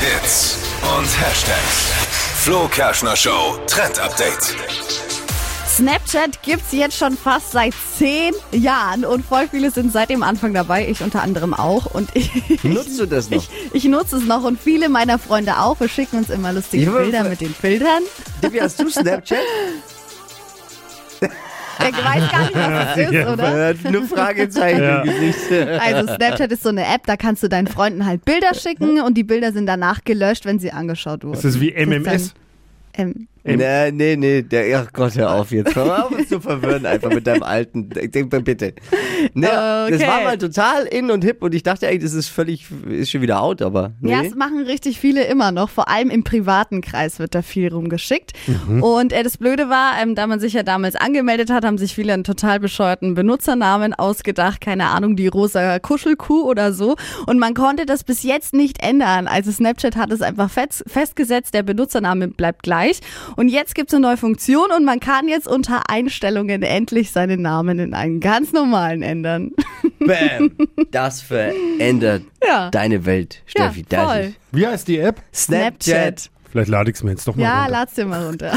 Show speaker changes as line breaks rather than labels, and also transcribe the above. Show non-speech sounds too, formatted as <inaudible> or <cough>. Hits und Hashtags. Flo Kerschner Show Trend Update.
Snapchat gibt's jetzt schon fast seit zehn Jahren und voll viele sind seit dem Anfang dabei, ich unter anderem auch. Und <laughs> ich,
Nutzt du das noch?
ich, ich nutze es noch und viele meiner Freunde auch. Wir schicken uns immer lustige
Ja, aber-
Bilder mit den Filtern.
Dippy, hast du Snapchat? <laughs>
Der weiß gar nicht, was das ist, oder?
Äh, Nur Fragezeichen
Ja.
im Gesicht.
Also Snapchat ist so eine App, da kannst du deinen Freunden halt Bilder schicken und die Bilder sind danach gelöscht, wenn sie angeschaut wurden.
Das ist wie MMS.
dann, ähm,
Im-
Nee, nee, nee, der, ach Gott, hör auf jetzt. Hör auf uns zu verwirren, einfach mit deinem alten. denk mal Bitte. Nee, Das
Okay.
war mal total in und hip und ich dachte eigentlich, das ist völlig, ist schon wieder out, aber. Nee.
Ja, das machen richtig viele immer noch. Vor allem im privaten Kreis wird da viel rumgeschickt. Und äh, das Blöde war, ähm, da man sich ja damals angemeldet hat, haben sich viele einen total bescheuerten Benutzernamen ausgedacht. Keine Ahnung, die rosa Kuschelkuh oder so. Und man konnte das bis jetzt nicht ändern. Also Snapchat hat es einfach fest, festgesetzt, der Benutzername bleibt gleich. Und jetzt gibt's eine neue Funktion und man kann jetzt unter Einstellungen endlich seinen Namen in einen ganz normalen ändern.
Bam. Das verändert
Ja.
deine Welt,
Ja,
Steffi. das
voll.
ist-
Wie heißt die App?
Snapchat.
Vielleicht lade ich es mir jetzt doch mal
Ja,
runter.
lad's dir mal runter.